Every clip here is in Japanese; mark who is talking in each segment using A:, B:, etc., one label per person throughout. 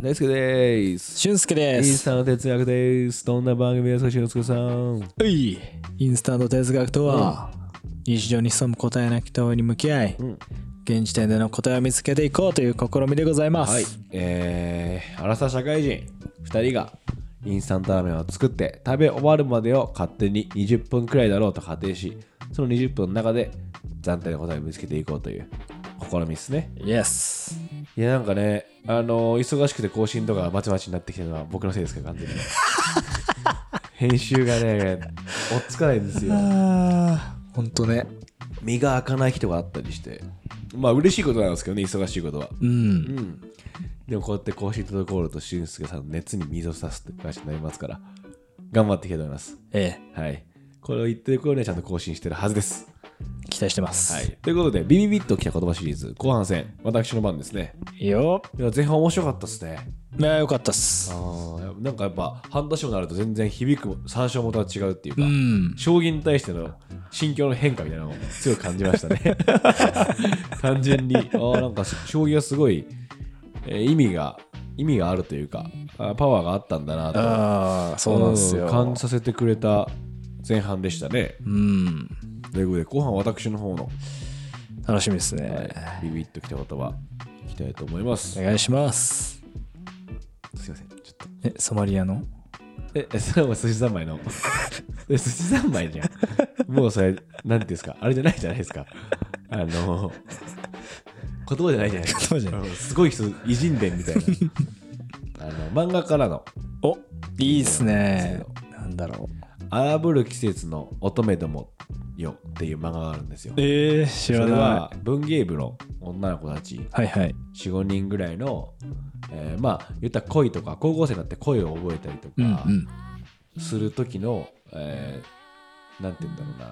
A: 大輔です。
B: 俊介で
A: インス
B: す。
A: タの哲学です。どんな番組ですか、俊介さん。
B: ういインスタント哲学とは、日常に潜む答えなき問いに向き合い、
A: うん
B: 現時点での答えを見つけていこうという試みでございます。
A: はい、えー、アラサー社会人2人がインスタントラーメンを作って食べ終わるまでを勝手に20分くらいだろうと仮定し、その20分の中で暫定の答えを見つけていこうという試みですね。
B: イエス。
A: いや、なんかね、あのー忙しくて更新とかバチバチになってきてるのは僕のせいですけど、 完全に。編集がね、追っつかないんですよ。
B: あー、ほんとね。
A: 身が開かない日とかあったりしてまあ嬉しいことなんですけどね忙しいことは
B: う。
A: うんんでもこうやって更新滞ると俊介さんの熱に水を差すって会社になりますから頑張っていきたいと思います
B: え
A: はいこれを言ってる頃にはちゃんと更新してるはずです
B: え、期待してます。
A: はいということでビビビッときた言葉シリーズ後半戦私の番ですね
B: いいよ。
A: いや前半面白かったですね
B: ねえ、よかったっす
A: あ。ーなんかやっぱ半年もなると全然響く参照元が違うっていうか、
B: うん。
A: 将棋に対しての心境の変化みたいなのを強く感じました ね。単純に、あーなんか将棋はすごい、えー意味が、意味があるというか、あーパワーがあったんだなと。
B: ああ、そうなんです
A: う
B: よ。
A: ん感じさせてくれた前半でしたね。
B: うん。
A: ということで、後半私の方の、
B: 楽しみですね。
A: はいビビッときた言葉、いきたいと思います。
B: お願いします。
A: すいません、ちょっと。
B: え、ソマリアの
A: え、えそれは寿司三昧の。え、寿司三昧じゃん。もうそれ、なんていうんですか、あれじゃないじゃないですか。あの、言葉じゃないじゃないですか。
B: 言葉じゃない
A: うんすごい人、偉人伝みたいな。あの、漫画からの、
B: おいいっすね。なんだろ
A: 荒ぶる季節の乙女どもよっていう漫画があるんですよ
B: う。。ええ、
A: そ
B: 知ら
A: れ
B: な
A: は文芸部の女の子たち
B: い。はいはい。
A: 45人ぐらいの、えーまあ言ったら恋とか高校生になって恋を覚えたりとか、
B: うんうん。
A: する時の、えーなんて言うんだろうな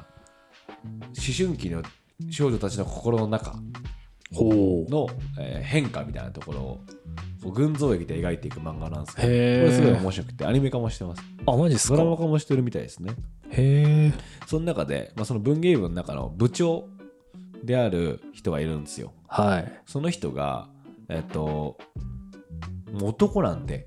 A: 思春期の少女たちの心の中
B: ほ
A: の、えー変化みたいなところをこう群像劇で描いていく漫画なんですけどこ
B: へー
A: れすごい面白くてアニメ化もしてます
B: あマジっす
A: ド
B: か
A: ラマ化もしてるみたいですね
B: へえ
A: その中で、まあ、その文芸部の中の部長である人がいるんですよ
B: はい
A: その人がえっともう男なんて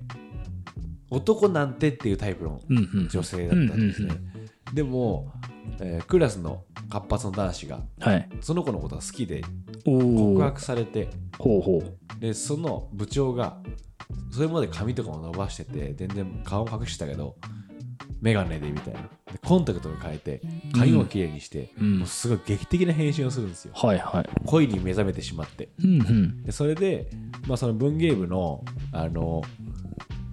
A: 男なんてっていうタイプの
B: うんうん
A: 女性だったんですね、
B: うん
A: でも、えークラスの活発な男子が
B: はい
A: その子のことが好きで
B: お
A: 告
B: お
A: 白されて
B: ほうほう
A: でその部長がそれまで髪とかも伸ばしてて全然顔を隠してたけど眼鏡でみたいなでコンタクトに変えて髪も綺麗にして、
B: うん
A: もうすごい劇的な変身をするんですよ
B: はいはい
A: 恋に目覚めてしまって
B: うんうん
A: でそれで、まあ、その文芸部のあの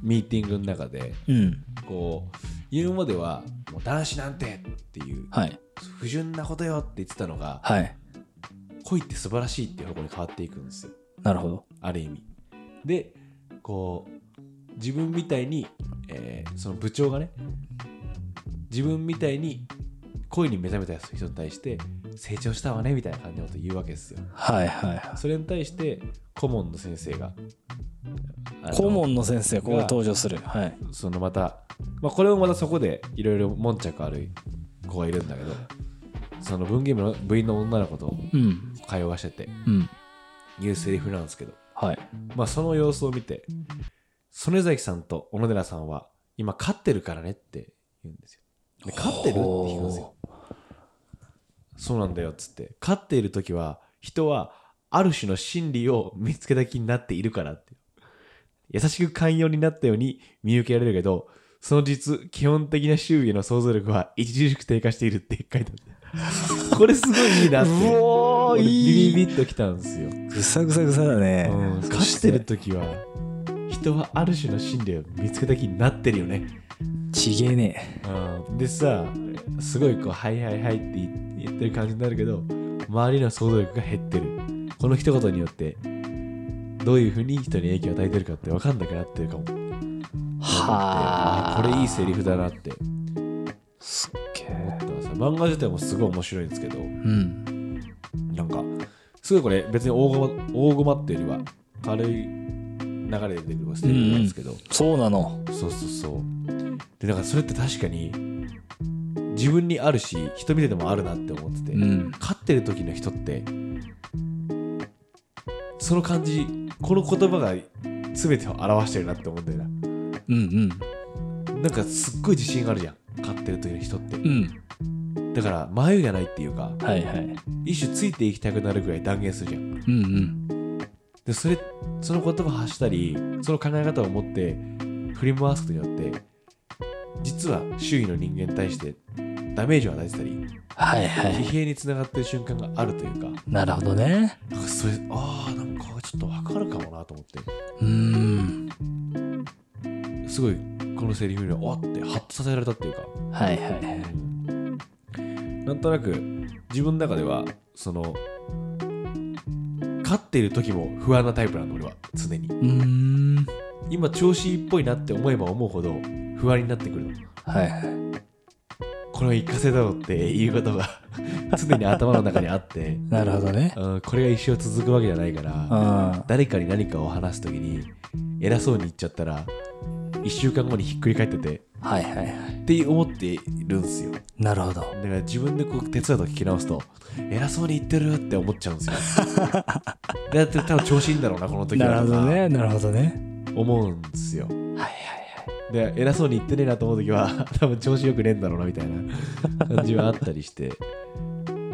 A: ミーティングの中で
B: うん
A: こう言うまでは「もう男子なんて!」っていう
B: はい
A: 不純なことよって言ってたのが
B: はい
A: 恋って素晴らしいっていう方向に変わっていくんですよ
B: なるほど
A: ある意味でこう自分みたいに、えーその部長がね自分みたいに恋に目覚めた人に対して成長したわねみたいな感じのことを言うわけですよ
B: はいはいは
A: それに対して顧問の先生があの
B: い顧問の先生ここで登場するはい
A: そのまた、まあ、これもまたそこでいろいろ悶着ある子がいるんだけどその文芸部の部員の女の子と
B: うん
A: 会話してて
B: うん
A: 言うセリフなんですけど、
B: はい
A: まあ、その様子を見て曽根崎さんと小野寺さんは今勝ってるからねって言うんですよ。で勝ってるって聞くんですよ。そうなんだよっつって勝っている時は人はある種の真理を見つけた気になっているからって優しく寛容になったように見受けられるけどその実基本的な周囲への想像力は著しく低下しているって書いてあるこれすごいいいなって
B: うおー
A: 俺
B: いい
A: ビビビッときたんですよ、
B: ぐさぐさぐさだね
A: うん
B: そ
A: 勝っ
B: して
A: る時は人はある種の真理を見つけた気になってるよね
B: ちげえね
A: でさすごいこう「はいはいはい」って言ってる感じになるけど周りの想像力が減ってるこの一言によってどういうふうに人に影響を与えてるかって分かんなくなってるかも
B: は
A: あ
B: あ
A: これいいセリフだなって
B: すっげ
A: 思っ
B: え
A: たらさ漫画自体もすごい面白いんですけど
B: うん
A: なんかすごいこれ別に大駒大駒っていうよりは軽い流れで出てくるステーリーなんですけど、
B: そうなの
A: そうそうそうでだからそれって確かに自分にあるし人見ててもあるなって思ってて、
B: うん
A: 勝ってる時の人ってその感じこの言葉が全てを表してるなって思うんだよ
B: うん
A: ななんかすっごい自信があるじゃん勝ってるという人って
B: うんうん
A: だから迷いがないっていうか
B: はいはい
A: 一種ついていきたくなるぐらい断言するじゃん
B: うんうん
A: でそれその言葉を発したりその考え方を持って振り回すことによって実は周囲の人間に対してダメージを与えてたり
B: はいは
A: 疲
B: い
A: 弊につながってる瞬間があるというか
B: なるほどね
A: なんかそれああなんかちょっとわかるかもなと思って
B: うーん
A: すごいこのセリフにはおっってハッとさせられたっていうか
B: はいはいはい
A: なんとなく自分の中ではその勝っている時も不安なタイプなの俺は常に
B: うーん
A: 今調子いいっぽいなって思えば思うほど不安になってくるの
B: はいはい
A: これはかせだろうっていうことが 常に頭の中にあって、
B: なるほどね
A: うん、これが一生続くわけじゃないから
B: うん
A: 誰かに何かを話すときに偉そうに言っちゃったら1週間後にひっくり返ってて
B: はいはいはい
A: って思っているんですよだか
B: なるほど
A: ら自分でこう哲也と聞き直すと偉そうに言ってるって思っちゃうんです よだって多分調子いいんだろうなこの時
B: なる
A: は
B: ほ
A: とか
B: どねなるほどね
A: 思うんですよ
B: はいはい
A: で偉そうに言ってねえなと思う時は 多分調子よくねえんだろうなみたいな 感じはあったりして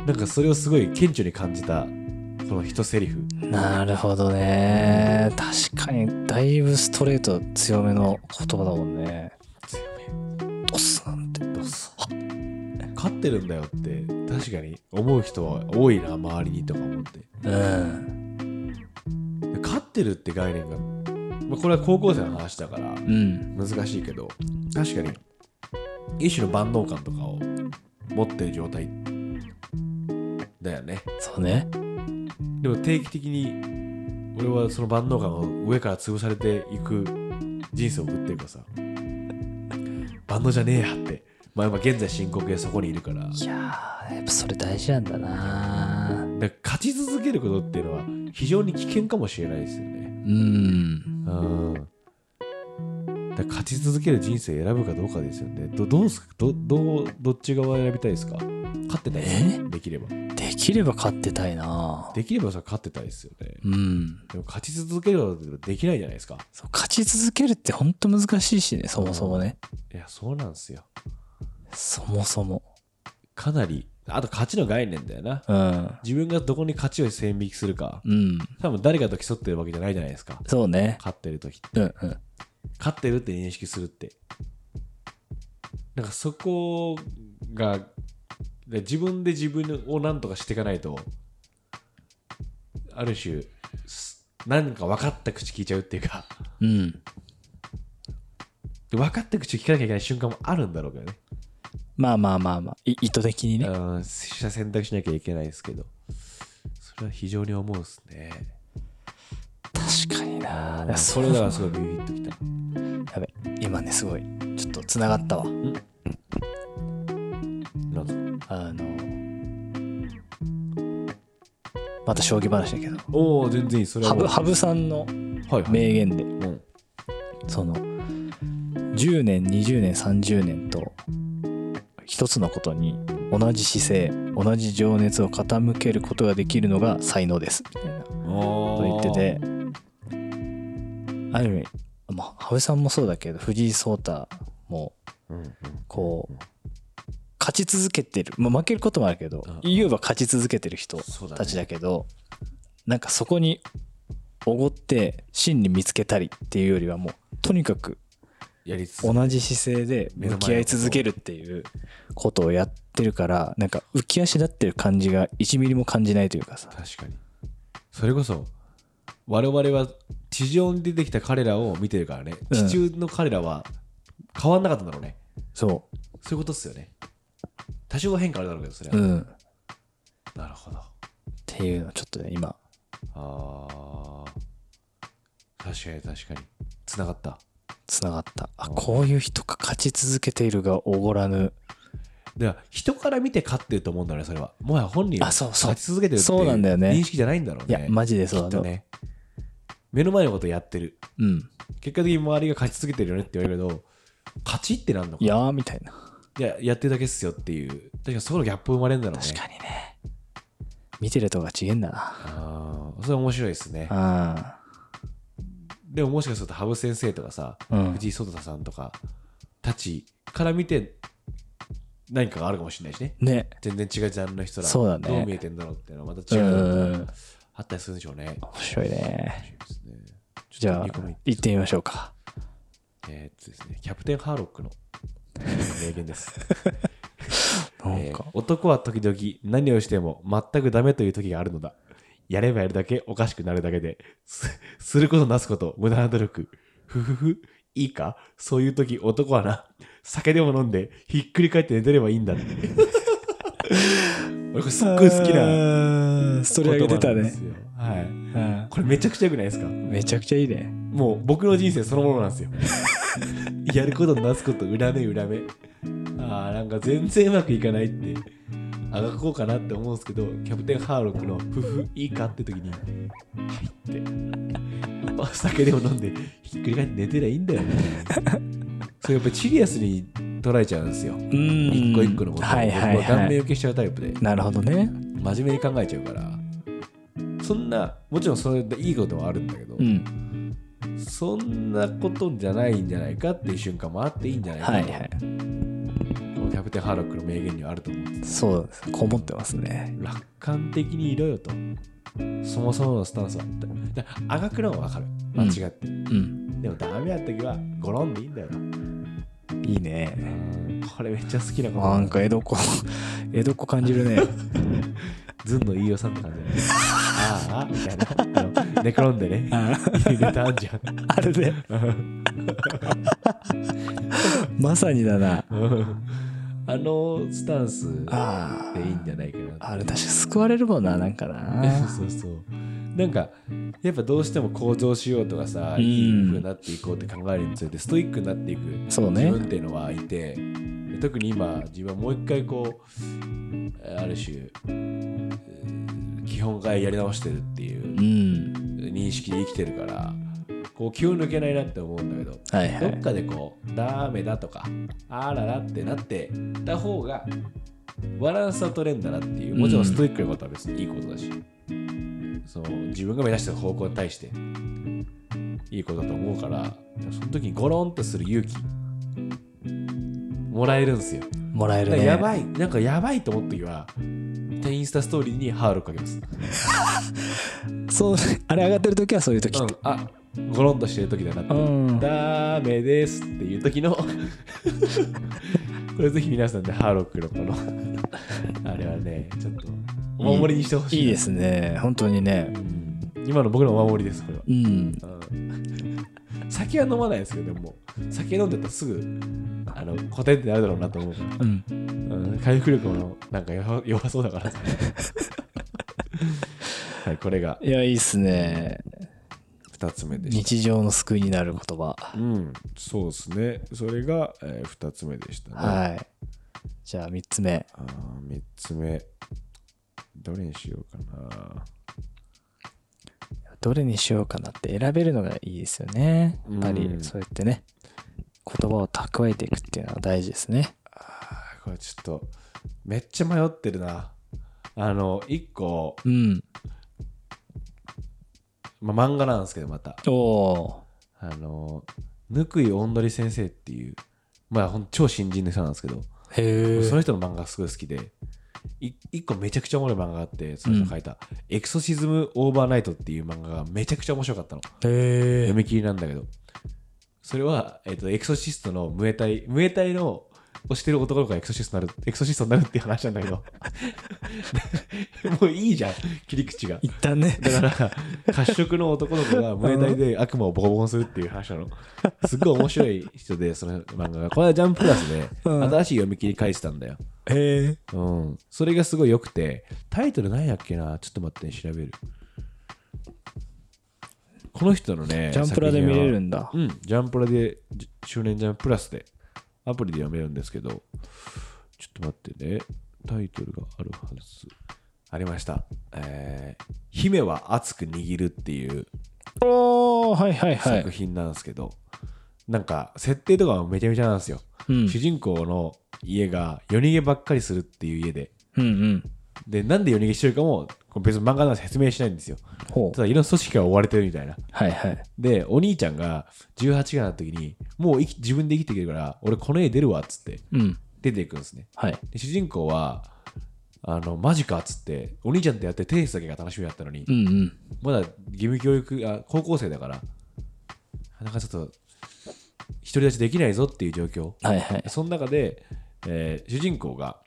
A: なんかそれをすごい顕著に感じたその一セリフ
B: はいなるほどね確かにだいぶストレート強めの言葉だもんね
A: 強め
B: ドスなんて
A: どうす勝ってるんだよって確かに思う人は多いな周りにとか思って
B: うん
A: で勝ってるって概念が、まあ、これは高校生の話だから
B: うん
A: 難しいけど確かに一種の万能感とかを持ってる状態だよね
B: そうね
A: でも定期的に俺はその万能感を上から潰されていく人生を送ってるからさ万能じゃねえやってまあ今現在進行形そこにいるから
B: いやーやっぱそれ大事なんだな
A: だから勝ち続けることっていうのは非常に危険かもしれないですよね。
B: うん
A: うん。だから勝ち続ける人生を選ぶかどうかですよね。どどうすどどうどっち側を選びたいですか勝ってたいです
B: え
A: できれば。
B: できれば勝ってたいな
A: できればさ、勝ってたいですよね。
B: うん
A: でも勝ち続けることってできないじゃないですか。
B: そう勝ち続けるってほんと難しいしねそもそもね
A: いや、そうなんですよ。
B: そもそも
A: かなり、あと勝ちの概念だよな。
B: うん
A: 自分がどこに勝ちを線引きするか。
B: うん
A: 多分誰かと競ってるわけじゃないじゃないですか。
B: そうね
A: 勝ってる時って。
B: うんうん
A: 勝ってるって認識するってなんかそこがで自分で自分を何とかしていかないとある種す何か分かった口聞いちゃうっていうか
B: うん
A: で分かった口聞かなきゃいけない瞬間もあるんだろうけどね
B: まあまあまあまあい意図的にね
A: うんした選択しなきゃいけないですけどそれは非常に思うですね
B: 確かにな
A: あそれだからすごいビビッときた
B: やべ今ねすごいちょっとつながったわ
A: なんか
B: あのまた将棋話だけど
A: おお全然いいそれは
B: 羽
A: もう
B: 生羽生さんの
A: はいはい
B: 名言で
A: うん
B: その10年20年30年と一つのことに同じ姿勢同じ情熱を傾けることができるのが才能ですみたいなこと言
A: あ
B: っ
A: ー
B: ててある意味、まあ、羽生さんもそうだけど藤井聡太も
A: うんうん
B: こう勝ち続けてる、まあ、負けることもあるけど
A: うんうん
B: いわば勝ち続けてる人
A: そうだね
B: たちだけどなんかそこにおごって真に見つけたりっていうよりはもうとにかく
A: やりつつ
B: 同じ姿勢で向き合い続けるっていうことをやってるからなんか浮き足立ってる感じが1ミリも感じないというかさ
A: 確かにそれこそ我々は地上に出てきた彼らを見てるからね
B: うん
A: 地中の彼らは変わんなかったんだろうね、
B: そ
A: そういうことっすよね多少は変化あるだろうけどそれは、
B: ううんっ
A: なるほど
B: ていうのはちょっとね今
A: あー確かに確かにつながった
B: つながったあこういう人が勝ち続けているがおごらぬ
A: では人から見て勝ってると思うんだろうねそれはもはや本人は
B: あそうそう
A: 勝ち続けてるってい
B: そうなんだよね
A: 認識じゃないんだろう
B: い
A: ね
B: やマジでそう
A: きっ
B: だ
A: とね目の前のことやってる
B: うん
A: 結果的に周りが勝ち続けてるよねって言われるけど勝ちってなんのか
B: いやーみたいない
A: や、やってるだけっすよっていう。確かにそこのギャップ生まれるんだろうね。
B: 確かにね見てるとこが違えんだな
A: ああ、それ面白いですね。
B: あ
A: でももしかすると羽生先生とかさ、
B: うん
A: 藤井聡太さんとかたちから見て何かがあるかもしれないしね
B: ね
A: 全然違うジャンルの人ら
B: そうだね
A: どう見えてんだろうっていうのはまた
B: う
A: 違
B: ん
A: う
B: うんう
A: の
B: ん
A: があったりするんでしょうね。
B: 面白いね
A: ですね
B: じゃ
A: ちょっと
B: あ
A: 二個目
B: 行ってみましょうか
A: えーっとですね、キャプテンハーロックの名言です。
B: なん
A: え
B: か
A: ー、男は時々何をしても全くダメという時があるのだ。やればやるだけおかしくなるだけで、すすることなすこと、無駄な努力。ふふふ、いいかそういう時男はな、酒でも飲んでひっくり返って寝てればいい んだって。俺これすっごい好きな。
B: なストーリー上げてたね、。
A: はい。
B: うん、
A: これめちゃくちゃ良くないですか
B: めちゃくちゃいいね
A: もう僕の人生そのものなん ですよ。やることなすこと、裏目裏目。ああ、なんか全然うまくいかないって、あがこうかなって思うんですけど、キャプテンハーロックのふふ、いいかって時に、はいって、お酒でも飲んで、ひっくり返って寝てりゃいいんだよ、ね。それやっぱりシリアスに捉えちゃうんですよ。
B: うん
A: 一個一個のことを、
B: はいはい
A: 僕は顔
B: は
A: 面
B: い
A: 受けしちゃうタイプで、
B: なるほどね
A: 真面目に考えちゃうから、そんな、もちろんそれでいいことはあるんだけど、
B: うん
A: そんなことじゃないんじゃないかっていう瞬間もあっていいんじゃないかと、
B: はいはい
A: このキャプテンハーロックの名言にはあると思うんです
B: そうですこもってますね
A: 楽観的にいろよとそもそものスタンスはだだあがくのはわかる間違って、
B: うん
A: でもダメな時はゴロンでいいんだよない
B: いね
A: これめっちゃ好きなこ
B: なん
A: と
B: か江戸っ子江戸っ子感じる ね
A: ずんの飯尾さんって感じだねああみたいなあの寝転んでね
B: あ
A: いいネタあんじゃん
B: あれねまさにだな
A: うんあのスタンス
B: ああ
A: でいいんじゃないかなって
B: あれ確か救われるもんななんかな
A: そうそうなんかやっぱどうしても向上しようとかさ、
B: うん
A: いい風になっていこうって考えるにつれてストイックになっていく
B: そう
A: 自
B: ね
A: 分っていうのはいて、で特に今自分はもう一回こうある種えー基本からやり直してるっていううん認識で生きてるからこう気を抜けないなって思うんだけど
B: はいは
A: どっ
B: い
A: かでこう、ダメだとか、あららってなってた方が、バランスは取れんだなっていう、もちろんストイックなことは別にいいことだし、その自分が目指してる方向に対して、いいことだと思うから、その時にゴロンとする勇気、もらえるんですよ。
B: もらえ
A: だか
B: る
A: ら
B: ね
A: やばい、なんかやばいと思った時は、インスタストーリーにハーロックかけます。
B: そうあれ上がってる時はそういう時って
A: うんあゴロンとしてる時だなって。
B: うん
A: ダメですっていう時の これぜひ皆さんでハーロックのこの あれはねちょっとお守りにしてほしい
B: いいですね本当にね
A: うん今の僕のお守りですこれは、
B: うん
A: うん酒は飲まないですけどもう酒飲んでたらすぐあのコテンってなるだろうなと思うから、
B: うん
A: うん、回復力もなんか弱弱そうだから はいこれが
B: いやいいっすね
A: 2つ目でした
B: 日常の救いになる言葉
A: うんそうですねそれが、え2つ目でしたね
B: はいじゃあ3つ目
A: あー3つ目。どれにしようかな。
B: どれにしようかなって選べるのがいいですよねやっぱり
A: うん
B: そうやってね言葉を蓄えていくっていうのは大事ですね
A: あーこれちょっと、めっちゃ迷ってるな。あの、1個、
B: うん
A: まあ、漫画なんですけど、また。
B: おお
A: あの、ぬくいおんどり先生っていう、まあ、ほん超新人の人なんですけど、
B: ーへえ
A: その人の漫画がすごい好きで、い1個めちゃくちゃおもろい漫画があって、その人が書いた、エクソシズム・オーバーナイトっていう漫画がめちゃくちゃ面白かったの。
B: へ
A: 読み切りなんだけどそれは、えっとエクソシストのムエタイムエタイのをしてる男の子がエクソシストになるエクソシストになるっていう話なんだけどもういいじゃん切り口が
B: 一旦ね
A: だから褐色の男の子がムエタイで悪魔をボコボコにするっていう話なのすっごい面白い人でその漫画がこれはジャンププラスで
B: うん
A: 新しい読み切り返してたんだよ、
B: へえ
A: うん、それがすごい良くてタイトル何やっけなちょっと待ってね調べるこの人のね
B: ジャンプラで見れ
A: 作品は
B: るんだ
A: うん、ジャンプラで、じ周年ジャンププラスで、アプリで読めるんですけど、ちょっと待ってね、タイトルがあるはず。ありました。えー姫は熱く握るっていう
B: おおはいはいは
A: 作
B: い
A: 品なんですけど、なんか、設定とかはめちゃめちゃなんですよ。
B: うん
A: 主人公の家が夜逃げばっかりするっていう家で、
B: うんうん
A: で、なんで夜逃げしてるかもこれ別に漫画なんて説明しないんですよ。
B: ほ
A: ただ、
B: う
A: いろんな組織が追われてるみたいな。
B: はいはい
A: で、お兄ちゃんが18がなった時に、もう生き自分で生きていけるから、俺この家出るわっつって、
B: うん
A: 出ていくんですね。
B: はい
A: で主人公は、あの、マジかっつって、お兄ちゃんとやってテニスだけが楽しみだったのに
B: う、んうん
A: まだ義務教育あ高校生だから、なんかちょっと、独り立ちできないぞっていう状況。
B: はいはい
A: その中で、えー主人公が、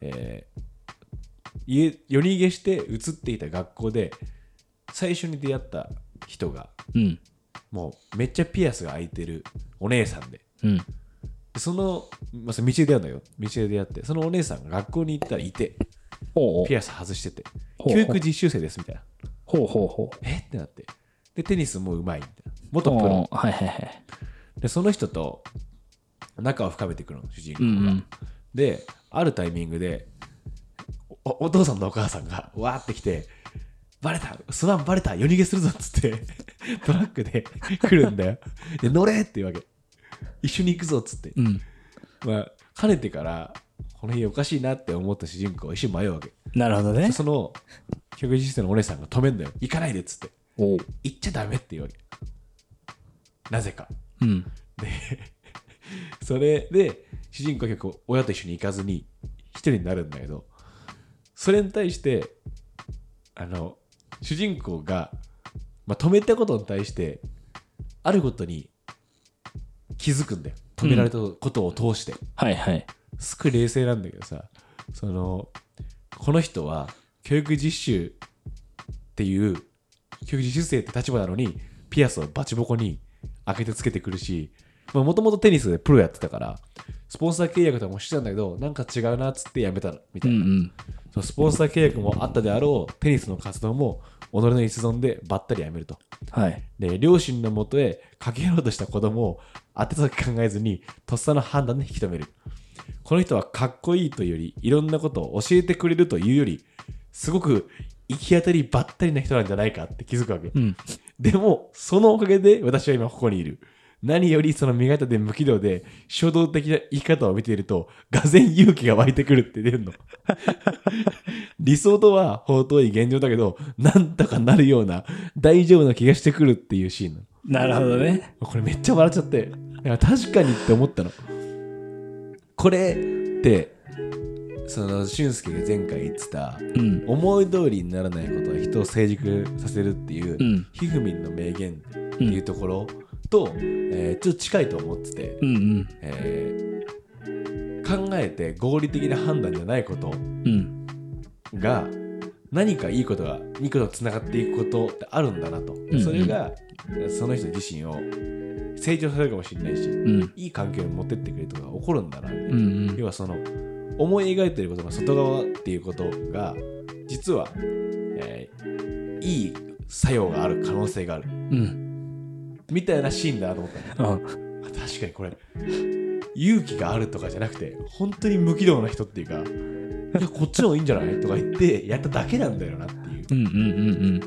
A: えー家夜逃げして移っていた学校で最初に出会った人が
B: うん
A: もうめっちゃピアスが開いてるお姉さんで
B: うん
A: でその、まあ、その道で出会うんだよ道で出会ってそのお姉さんが学校に行ったらいて
B: ほう
A: ピアス外してて
B: ほう
A: 教育実習生ですみたいな
B: ほうほうほう
A: えってなってでテニスもうまいみたいな元プ
B: ほ
A: ロ
B: うはいはいはい
A: でその人と仲を深めていくの主人公
B: う
A: が、
B: んうん
A: であるタイミングでおお父さんとお母さんがわーって来て「バレたスワンバレた夜逃げするぞ」っつってトラックで来るんだよで乗れっていうわけ一緒に行くぞっつって、
B: うん
A: まあかねてからこの家おかしいなって思った主人公は一瞬迷うわけ
B: なるほどね
A: でその教育実習生のお姉さんが止めんだよ行かないでっつって
B: おう
A: 行っちゃダメって言うわけなぜか
B: うん
A: それで主人公は結構親と一緒に行かずに一人になるんだけどそれに対してあの主人公が、まあ、止めたことに対してあることに気づくんだよ止められたことを通して、
B: はいはい
A: すごい冷静なんだけどさそのこの人は教育実習っていう教育実習生って立場なのにピアスをバチボコに開けてつけてくるしもともとテニスでプロやってたからスポンサー契約とかもしてたんだけどなんか違うなっつってやめたみ
B: う
A: たい
B: んう
A: な、
B: ん
A: そのスポンサー契約もあったであろうテニスの活動も己の一存でばったりやめると
B: はい
A: で両親のもとへ駆け寄ろうとした子供を当て先考えずにとっさの判断で引き止めるこの人はかっこいいというよりいろんなことを教えてくれるというよりすごく行き当たりばったりな人なんじゃないかって気づくわけ
B: うん
A: でもそのおかげで私は今ここにいる何よりその身方で無軌道で衝動的な生き方を見ているとがぜん勇気が湧いてくるって出るの理想とは程遠い現状だけどなんとかなるような大丈夫な気がしてくるっていうシーンなの
B: なるほどね
A: これめっちゃ笑っちゃってだから確かにって思ったのこれってその俊介が前回言ってた
B: うん
A: 思い通りにならないことは人を成熟させるっていう、
B: うん
A: ひふみんの名言って
B: うん
A: いうところと、えーちょっと近いと思ってて、
B: うん
A: えー考えて合理的な判断じゃないこと
B: うんうん
A: が何かいいことがいいことつながっていくことってあるんだなと、
B: うん
A: それがその人自身を成長させるかもしれないし
B: うん
A: いい環境に持ってってくれるとか起こるんだなみたいな
B: うんうん
A: 要はその思い描いてることの外側っていうことが実は、えーいい作用がある可能性がある
B: うん
A: みたいなシーンだなと思ったの
B: あ
A: 確かにこれ勇気があるとかじゃなくて本当に無軌道な人っていうかいやこっちの方がいいんじゃないとか言ってやっただけなんだよなっていう
B: うんうんうん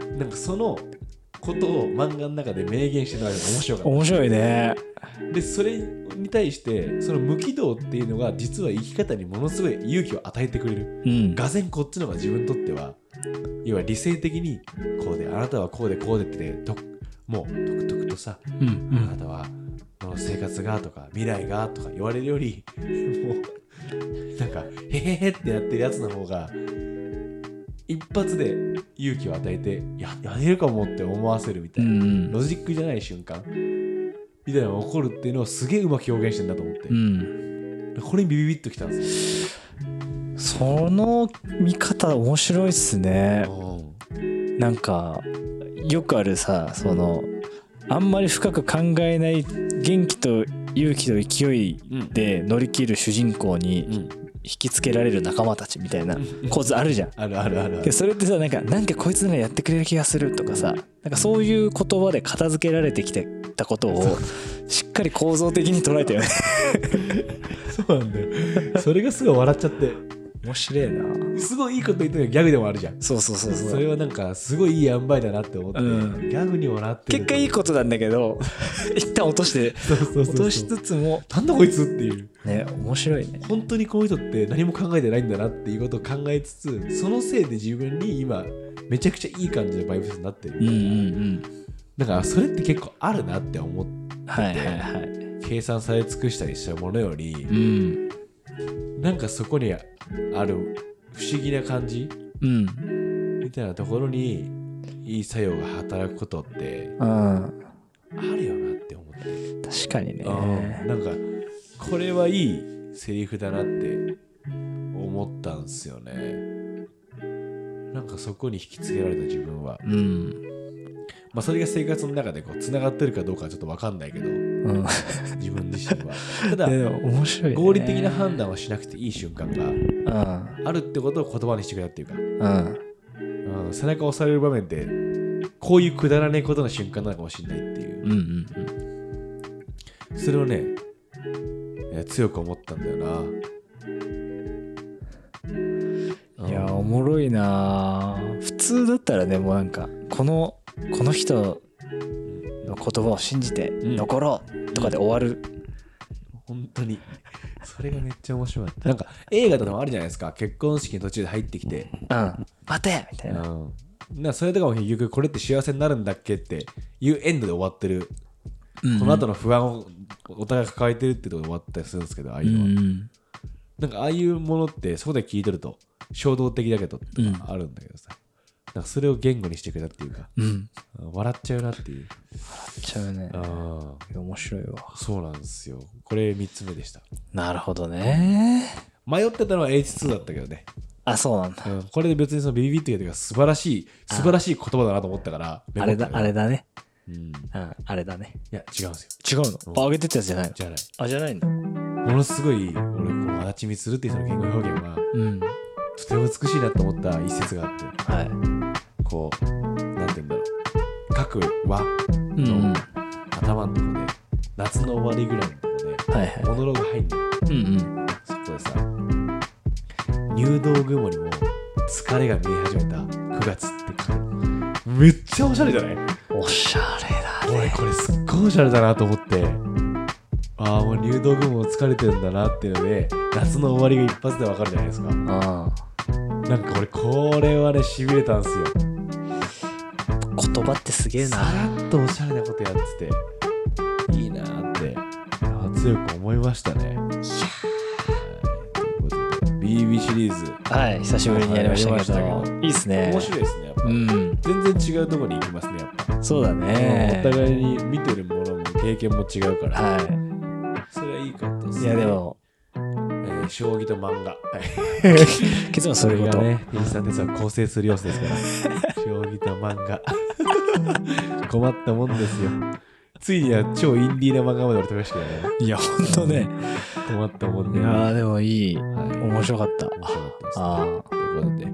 B: うん
A: なんかそのことを漫画の中で明言してたのが面白かっ
B: 面白いね
A: たでそれに対してその無軌道っていうのが実は生き方にものすごい勇気を与えてくれる
B: うん
A: がぜんこっちの方が自分にとっては要は理性的にこうであなたはこうでこうでってねともうとくとくとさ、
B: うんう
A: あなんたはこの生活がとか未来がとか言われるより もうなんかへへへってやってるやつの方が一発で勇気を与えてややれるかもって思わせるみた
B: う
A: いな、
B: ん
A: ロジックじゃない瞬間みたいなのが起こるっていうのをすげえうまく表現してんだと思って
B: う、ん
A: これにビビビッときたんですよ
B: その見方面白いっすねなんかよくあるさそのあんまり深く考えない元気と勇気と勢い
A: うん
B: で乗り切る主人公に
A: うん
B: 引きつけられる仲間たちみたいな構図あるじゃん。
A: あるあるあるある
B: でそれってさなんかなんかこいつならやってくれる気がするとかさなんかそういう言葉で片付けられてきてたこと をしっかり構造的に捉えたよね。
A: そうなんだよ。それがすごい笑っちゃって。
B: 面白いな
A: すごいいいこと言ってるギャグでもあるじゃん
B: そうそうそうそう
A: それはなんかすごいいい塩梅だなって思って、
B: うん
A: ギャグにもなってる
B: 結果いいことなんだけ ど一旦落として
A: そうそうそうそう
B: 落としつつも
A: なんだこいつっていう
B: ね面白いね
A: 本当にこの人って何も考えてないんだなっていうことを考えつつそのせいで自分に今めちゃくちゃいい感じのバイブスになってる、
B: うんうん
A: だからそれって結構あるなって思って
B: うんはいはいはい
A: 計算され尽くしたりしたものより
B: う、ん
A: なんかそこにある不思議な感じ
B: うん
A: みたいなところにいい作用が働くことって
B: うん
A: あるよなって思って、
B: 確かにね
A: うんなんかこれはいいセリフだなって思ったんすよねなんかそこに引きつけられた自分は
B: うん
A: まあそれが生活の中でこうつながってるかどうかはちょっと分かんないけど
B: うん
A: 自分自身はただ
B: でも面白いね
A: 合理的な判断をしなくていい瞬間が
B: うん
A: あるってことを言葉にしてくれたっていうか、
B: うん
A: うん、背中を押される場面ってこういうくだらないことの瞬間なのかもしれないっていう
B: うんうんうん
A: それをね、えー強く思ったんだよなうん
B: いやおもろいなー普通だったらねもうなんかこのこの人の言葉を信じて
A: ん
B: 残ろうとかで終わる、
A: 本当にそれがめっちゃ面白かったなんか映画とかもあるじゃないですか結婚式の途中で入ってきて、
B: うん、待てみた
A: う
B: いな。
A: ん、なそれとかも結局これって幸せになるんだっけっていうエンドで終わってるこの後の不安をお互い抱えてるってところで終わったりするんですけどああ
B: う
A: いうのは、
B: ん、
A: なんかああいうものってそこで聞いてると衝動的だけどと
B: うん
A: かあるんだけどさ、なんかそれを言語にしてくれたっていうか
B: うん。
A: 笑っちゃうなっていう
B: ちゃうね。
A: ああ
B: 面白いわ。
A: そうなんですよこれ3つ目でした
B: なるほどね。
A: 迷ってたのは H2 だったけどね、
B: あ、そうなんだ。
A: うん、これで別にそのビビビっていうか素晴らしい素晴らしい言葉だなと思ったから
B: あれだ、あれ
A: だ、
B: だね。
A: うん、い
B: うん、あれだね。
A: や違うんですよ
B: 違うのあ、上げてたやつじゃないの
A: じゃない
B: あ、じゃないんだ。
A: ものすごい俺この足立みつるっていう人の言語表現は
B: うん。は
A: とても美しいなと思った一節があって
B: い。
A: こうなんて言うんだろう各話
B: うんうん。
A: の
B: は
A: 頭のとこで夏の終わりぐらいのとこで
B: いはい。
A: モノローグ入んのよ
B: うんうん。
A: そこでさ入道雲にも疲れが見え始めた9月ってかめっちゃおしゃれじゃない
B: おしゃれだね。
A: 俺これすっごいおしゃれだなと思ってああもう入道雲も疲れてるんだなっていうので夏の終わりが一発でわかるじゃないですか
B: うん。
A: なんか俺これはねしびれたんすよ
B: 言葉ってすげえ
A: さ
B: な。
A: らっとおしゃれなことやってていいなーってあー強く思いましたねはいということで BB シリーズ
B: はい、久しぶりにやりましたけど。
A: はいやりましたけ
B: いいっすね。
A: 面白いですねやっぱ、
B: うん。
A: 全然違うところに行きますねやっぱ、
B: そうだね。
A: お互いに見てるものも経験も違うから、
B: は
A: それはいいことです
B: い。い
A: ね
B: や、で、も、
A: えー将棋と漫画
B: 結論 そういうこと。
A: ねインスタンテスは構成する要素ですから 将棋と漫画 困ったもんですよついには超インディーな漫画まで俺飛びましたけどね
B: いや、ほんとね。
A: 困ったもん
B: い
A: で、
B: や
A: は
B: ーでもいい。
A: い、面
B: 面白かった。
A: 白かったですね
B: ああ。
A: ということで、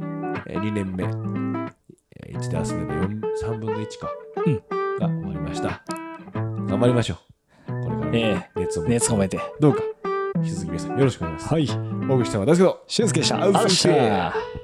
A: えー2年目、えー1ダース目の4 3分の1か、
B: うん
A: が終わりました。頑張りましょう。これからも
B: ええ
A: 熱を持って、
B: 熱込めて。
A: どうか、引き続き皆さんよろしくお願いします。
B: はい。
A: お送りしたのは大輔と
B: 俊介でした。
A: あうっせー
B: あっしゃー